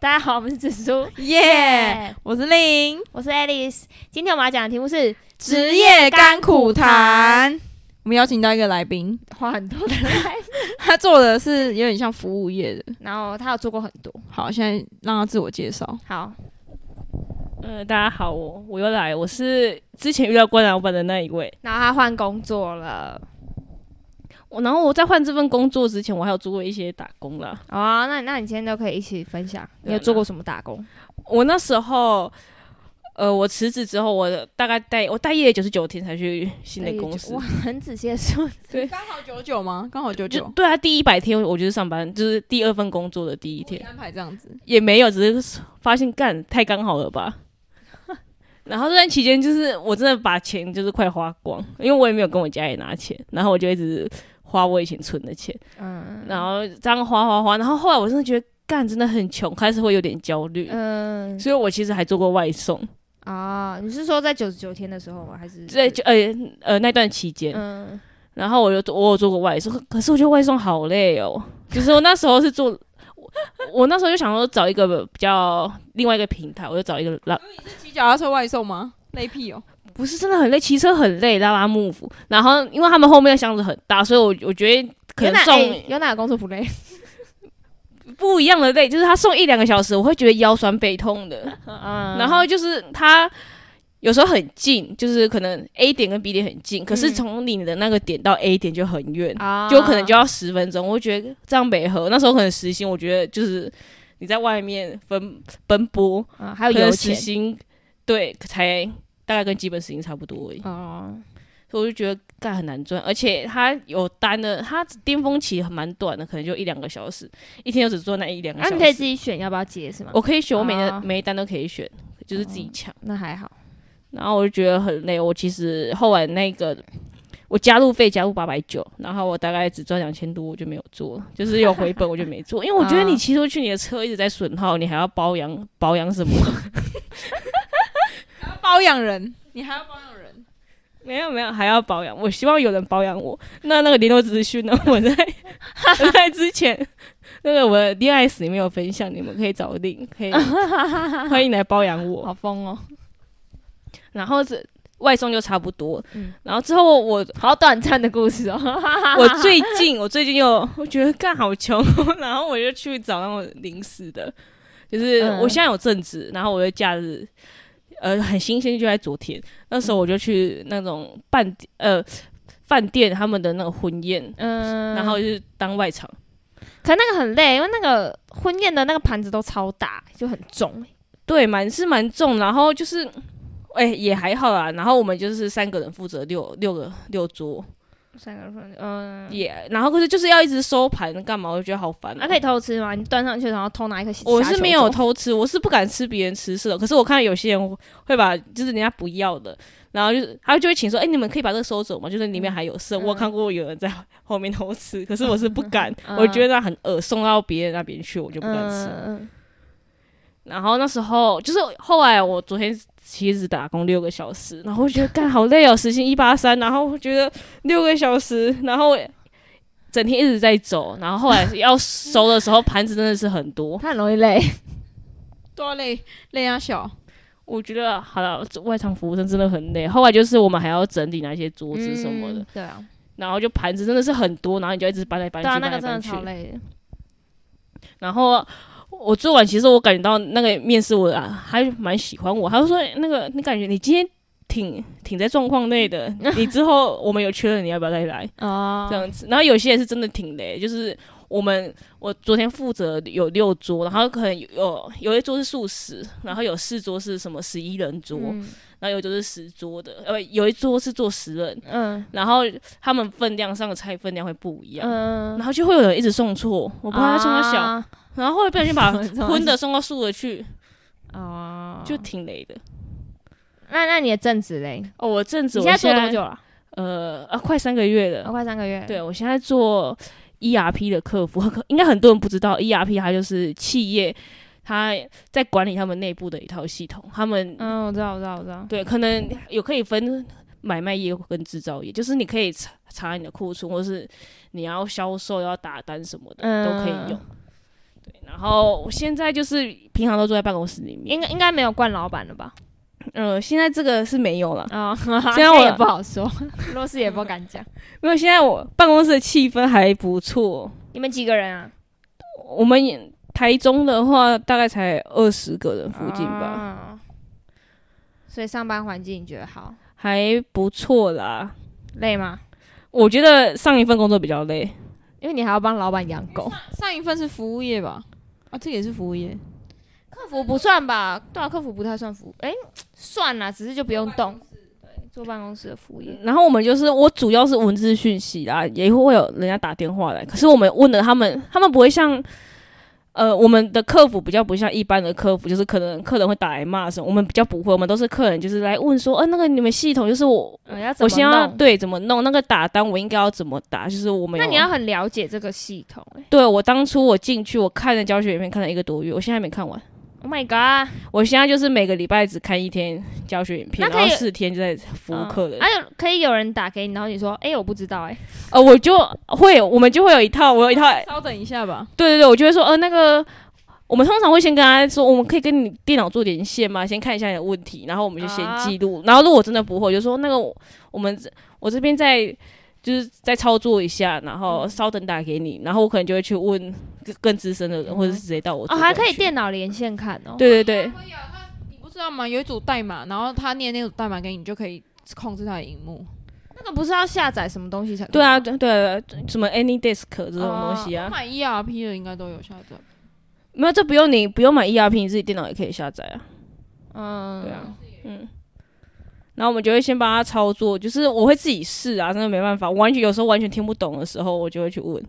大家好，我们是紫苏，耶、哎我是令，我是 Alice。今天我们要讲的题目是职业甘苦谈。我们邀请到一个来宾， 花很多的来，他做的是有点像服务业的。然后他有做过很多。好，现在让他自我介绍。 好，呃，大家好，我我又来，我是之前遇到关老板的那一位。然后他换工作了。我然后我在换这份工作之前，我还有做过一些打工啦。好啊，那那你今天都可以一起分享，你有做过什么打工？我那时候，呃，我辞职之后，我大概待我待业九十九天才去新的公司哇，。很仔细的说，刚好九九吗？刚好九就九，对啊，第一百天我就是上班，就是第二份工作的第一天安排这样子。也没有，只是发现干太刚好了 吧。然后这段期间，就是我真的把钱就是快花光，因为我也没有跟我家里拿钱，然后我就一直花我以前存的钱。嗯然后这样花花花，然后后来我真的觉得干真的很穷，开始会有点焦虑，嗯所以我其实还做过外送，啊，你是说在九十九天的时候吗？还是在就呃呃那段期间，嗯然后我就做我有做过外送，可可是我觉得外送好累哦，就是我那时候是做。我我那时候就想说找一个比较另外一个平台，我就找一个拉，是骑脚踏车外送吗？累屁哦！不是真的很累，骑车很累，拉拉幕府。然后因为他们后面的箱子很大，所以我我觉得可有能哪送哎有哪个工作不 累？不一样的累，就是他送一两个小时，我会觉得腰酸背痛的。嗯然后就是它有时候很近，就是可能 A 点跟 B 点很近，可是嗯从你的那个点到 A 点就很远，啊就可能就要十分钟。我觉得这样没合。那时候可能时薪，我觉得就是你在外面奔奔波，嗯还还有油时钱薪，对，才大概跟基本时薪差不多而已。哦，所以我就觉得干很难赚，而且它有单的，它巅峰期很蛮短的，可能就一两个小时，一天就只做那一两个那小时。啊你可以自己选要不要接是吗？我可以选，我每天、啊每一单都可以选，就是自己抢。那还好，然后我就觉得很累。我其实后来那个我加入费加入八百九，然后我大概只赚两千多，我就没有做了，就是有回本我就没做，因为我觉得你骑出去，你的车一直在损耗，你还要保养保养什么？还要包养人，你还要包养人。没有没有，还要保养。我希望有人保养我。那那个联络资讯呢？我在我在之前那个我的恋爱史里面有分享，你们可以找领，可 以欢迎来包养我。好疯哦，然后这外送就差不多，嗯然后之后我好短暂的故事哦。 我最近我最近又我觉得干好穷， 然后我就去找那种临时的，就是嗯我现在有正职，然后我的假日，呃，很新鲜，就在昨天，那嗯时候我就去那种饭店呃饭店他们的那种婚宴，嗯，然后就是当外场，可那个很累，因为那个婚宴的那个盘子都超大，就很重。对，蛮是蛮重，然后就是哎、也还好啦，然后我们就是三个人负责六六个六桌，三个人分，嗯，也、然后可是就是要一直收盘干嘛，我觉得好烦、哦那、可以偷吃吗？你端上去，然后偷拿一颗虾球走。我是没有偷吃，我是不敢吃别人吃剩的。可是我看到有些人会把就是人家不要的，然后就是他就会请说：“哎、你们可以把这个收走吗？就是里面还有剩。嗯我看过有人在 后面偷吃，可是我是不敢，嗯我觉得那很恶，送到别人那边去，我就不敢吃。嗯，然后那时候就是后来我昨天其实只打工六个小时，然后我觉得干好累哦，时薪一八三，然后我觉得六个小时，然后整天一直在走，然后后来要收的时候盘子真的是很多。他很容易 累。多累累啊小，我觉得好了，这外场服务生真的很累。后来就是我们还要整理那些桌子什么的，嗯对啊，然后就盘子真的是很多，然后你就一直搬来搬对去，啊，那搬个来真的搬去超。累的。然后我做完，其实我感觉到那个面试我啊还蛮喜欢我，他就说哎那个你感觉你今天挺挺在状况 内的，你之后我们有缺了你要不要再来哦这，样子？然后有些人是真的挺累，就是。我们我昨天负责有六桌，然后可能有有一桌是素食，然后有四桌是什么十一人桌，嗯然后有就是十桌的，呃，有一桌是坐十人，嗯然后他们分量上的菜分量会不一样，嗯，啊然后就会有人一直送错，我我不知道他送到小，然后后来不小心 把送到小荤的啊送到素的去，哦，就挺雷的。那那你的正职嘞？哦，我正职你现我在做在多久了？呃，啊，快三个月我了。快三个月。对，我现在做 ERP 的客服， 应该很多人不知道 ERP 它就是企业它在管理他们内部的一套系统，他们嗯，我知道，我知道，我知道。对，可能有可以分买卖业跟制造业，就是你可以查查你的库存，或是你要销售要打单什么的、都可以用嗯。对，然然后我现在就是平常都坐在办公室里面应，该应该没有惯老板了吧？呃，现在这个是没有了，啊、 现在我也不好说，若是也不敢讲。因为现在我办公室的气氛还不错。你们几个人啊？我们也台中的话，大概才二十个人附近吧，啊所以上班环境你觉得好？还不错啦。累吗？我觉得上一份工作比较累，因为你还要帮老板养狗，上一份是服务业吧？啊，这也是服务业。客服不算吧？对啊，客服不太算服务，哎、算啦，只是就不用动。对，坐办公室的服务业。然后我们就是我主要是文字讯息啦，也会有人家打电话来，可是我们问了他们，他们不会像。呃，我们的客服比较不像一般的客服，就是可能客人会打来骂什么，我们比较不会，我们都是客人就是来问说，呃，那个你们系统就是我，嗯，要怎么我先要弄？对怎么弄那个打单，我应该要怎么打，就是我们那有啊你要很了解这个系统、哎对我当初我进去，我看了教学影片看了一个多月，我现在还没看完。 Oh my god！我现在就是每个礼拜只看一天教学影片，那可然以后四天就在服务客人。还、嗯啊有可以有人打给你，然后你说，哎、我不知道、哎，呃，我就会，我们就会有一套，我有一套，稍等一下吧。对对对，我就会说，呃，那个。我们通常会先跟他说，我们可以跟你电脑做连线吗？先看一下你的问题，然后我们就先啊记录。然后如果真的不会，我就说那个我我们这我这边再就是再操作一下，然后稍等打给你。然后我可能就会去问更更资深的人，或者是直接到我哦，主还管可以去电脑连线看哦。对对对，你不知道吗？有一组代码，然后他念那组代码给你，你就可以控制他的荧幕。那个不是要下载什么东西才可以对啊，吗对对，什么 AnyDesk 这种东西 啊，买 ERP 的应该都有下载。没有，这不用你不用买 ERP，你自己电脑也可以下载啊。嗯，对啊，嗯。然后我们就会先帮他操作，就是我会自己试啊，真的没办法，我完全有时候完全听不懂的时候，我就会去问，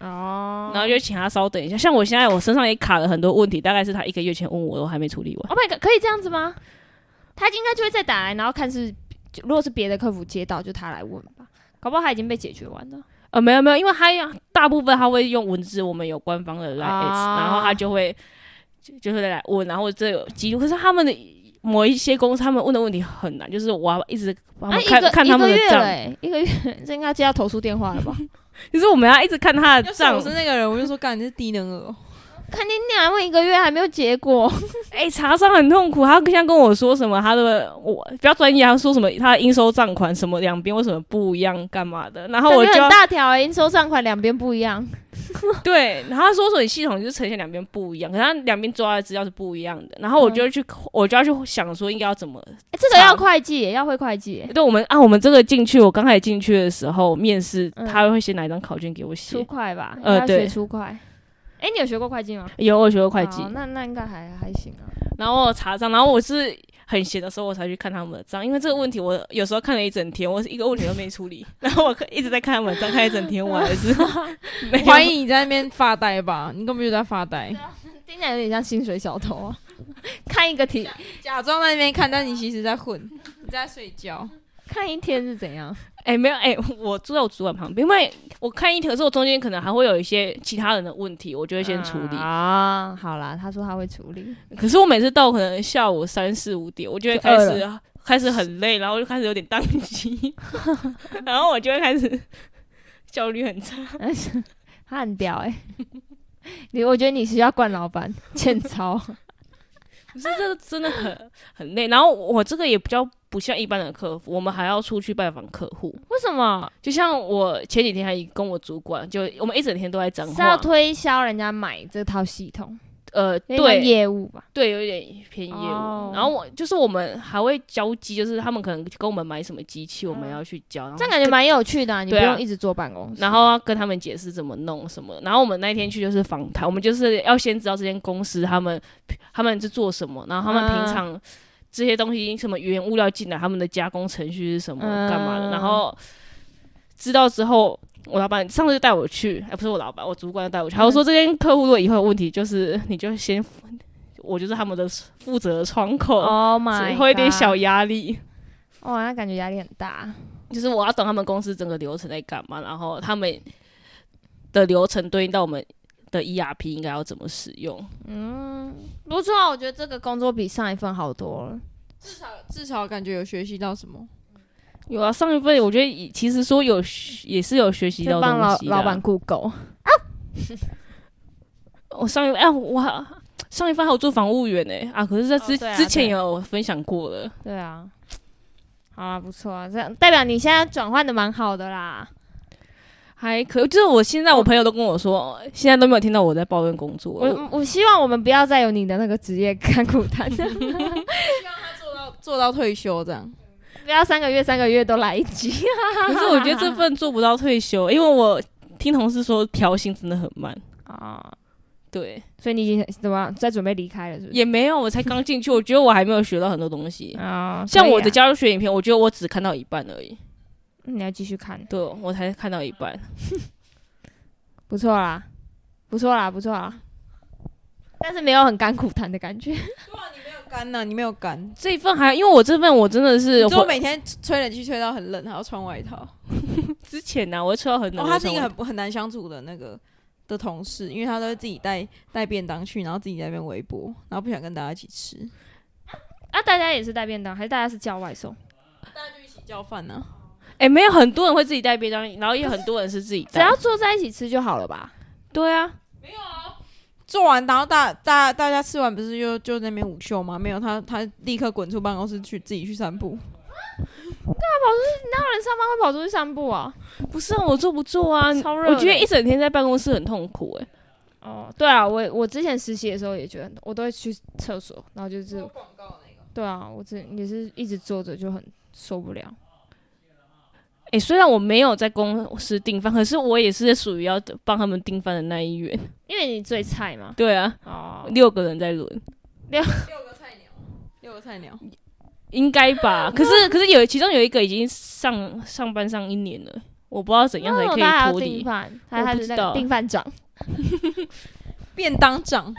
哦，然后就请他稍等一下。像我现在我身上也卡了很多问题，大概是他一个月前问我，我还没处理完。 Oh my god，可以这样子吗？他应该就会再打来，然后看是就如果是别的客服接到，就他来问吧。搞不好他已经被解决完了。呃，没有没有，因为他要大部分他会用文字，我们有官方的 Line，、啊然后他就会就就会来问，然后这有记录。可是他们的某一些公司，他们问的问题很难，就是我要一直帮他啊，们一看、个看他们的一个月账，嘞，一个月，这应该接到投诉电话了吧？就是我们要一直看他的要是账我。是那个人，我 就说干，你是低能儿哦。看你俩问一个月还没有结 果，哎、查账很痛苦，他现在跟我说什么他的我比较专业，他说什么他的应收账款什么两边为什么不一样，干嘛的？然后我感就觉要很大条哎、应收账款两边不一 样。对，然后他说说你系统就是呈现两边不一样，可是他两边抓的资料是不一样的，然后嗯我就会去、我就要去想说应该要怎么哎、这个要会计耶，要会会计耶，对，我们啊，我们这个进去，我刚开始进去的时候，面试嗯他会先拿一张考卷给我写出。快吧？呃要学对出快。哎、你有学过会计吗？有我学过会计哦，那那应该还还行啊。然后我查账，然后我是很闲的时候我才去看他们的账，因为这个问题我有时候看了一整天，我是一个问题都没处 理，然后我一直在看他们的账，看一整天，我还 是没有怀疑你在那边发呆吧？你根本就在发呆， 听起来有点像薪水小偷 啊。看一个题，假装在那边看，但你其实在混，你在睡觉。 看一天是怎样？哎、没有哎、我住在我主管旁边，因为我看一条之后，中间可能还会有一些其他人的问题，我就会先处理。啊。好啦，他说他会处理。可是我每次到可能下午三四五点，我就会就开饿始开始很累，然后就开始有点宕机， 然后我就会开始 效率很差。他很屌哎、 你我觉得你是要惯老板， 欠操。可是这个真的很很累。然后我这个也比较不像一般的客服，我们还要出去拜访客户。为什么就像我前几天还跟我主管，就我们一整天都在讲是啊要话，推销人家买这套系统？呃，有点像对业务吧。对，有一点偏业务。哦然后我就是我们还会交机，就是他们可能跟我们买什么机器，我们嗯要去交。然后这样感觉蛮有趣的、啊，你不对啊用一直坐办公室。然后要跟他们解释怎么弄什么。然后我们那一天去就是访谈，我们就是要先知道这间公司他们他们是做什么，然后他嗯们平常这些东西什么原物料进来，他们的加工程序是什么，嗯干嘛的。然后知道之后，我老板上次就带我去，哎、不是我老板，我主管就带我去，他就说这间客户如果以后有问题，就是你就先。我就是他们的负责的窗口， Oh 所 my，以会有点 god 小压力。哇，那感觉压力很大。就是我要懂他们公司整个流程在干嘛，然后他们的流程对应到我们的 ERP 应该要怎么使用。不错啊，我觉得这个工作比上一份好多了。至少感觉有学习到什么。有啊，上一份我觉得以其实说有学也是有学习就到帮东老西的啊老板雇狗，我上一哎我还上一番还有做房务员呢、啊，可是在之、哦对啊之前有分享过了，对啊，好啊，不错啊，这样代表你现在转换的蛮好的啦。还可就是我现在我朋友都跟我说，现在都没有听到我在抱怨工作，我我我希望我们不要再有你的那个职业干苦 谈，做到做到退休这样。不要三个月三个月都来一集。可是我觉得这份做不到退休，因为我听同事说调薪真的很 慢，啊，对，所以你已经怎么样在准备离开了，是不是？也没有，我才刚进去，我觉得我还没有学到很多东西。啊，像可以我的啊加入学影片，我觉得我只看到一半而已，你要继续看，对我才看到一半。不错啦，不错啦，不错啦，但是没有很干苦谈的 感觉。干呐、你没有干，这一份还因为我这份我真的是你说我每天吹冷气吹到很冷，还要穿外套。之前啊呢、我会吃到很冷哦，他的那是种。一个很不很难相处的那个的同事，因为他都会自己带带便当去，然后自己在那边微波，然后不想跟大家一起吃，啊，大家也是带便当，还是大家是叫外送？一起叫饭呢、啊哎、没有很多人会自己带便当，然后也有很多人是自己只带。要坐在一起吃就好了吧？对啊，做完，然后大大大家吃完不是就就在那边午休吗？没有，他他立刻滚出办公室去自己去散步。当然上班会跑出去散步啊。不是啊，我做不做啊？超热的我觉得一整天在办公室很痛苦哎、哦，对啊，我我之前实习的时候也觉得很，我都会去厕所，然后就是对啊，我之也是一直坐着就很受不了。哎、虽然我没有在公司呃订饭，可是我也是属于要帮他们订饭的那一员。因为你最菜嘛，对啊，哦，六个人在轮，六个菜鸟，六个菜鸟，应该 吧？可是可是有其中有一个已经上上班上一年了，我不知道怎样才可大家以要脱订离。饭，我他他不是知那个道订饭长。便当长。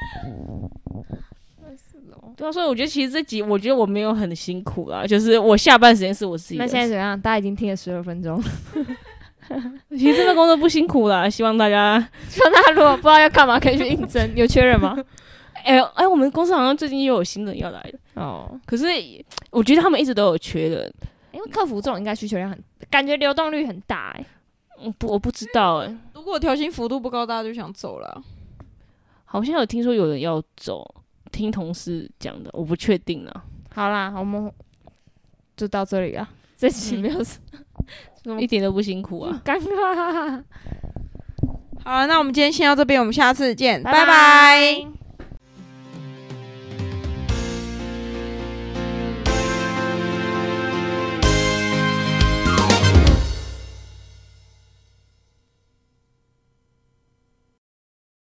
对啊，所以我觉得其实这集我觉得我没有很辛苦啦，就是我下班时间是我自己的那事。现在怎样？大家已经听了 十二分钟， 其实这份工作不辛苦啦，希望 大家说大家如果不知道要干嘛，可以去应征，有缺人吗？哎、哎、我们公司好像最近又有新人要来了，哦，可是我觉得他们一直都有缺人，因为客服这种应该需求量很，感觉流动率很大哎、嗯，不，我不知道哎、如果调薪幅度不高，大家就想走了。好像有听说有人要走，听同事讲的，我不确定啊啦。好啦，我们就到这里了，这期没有什么一点都不辛苦啊。尴尬，好了，那我们今天先到这边，我们下次见，拜拜拜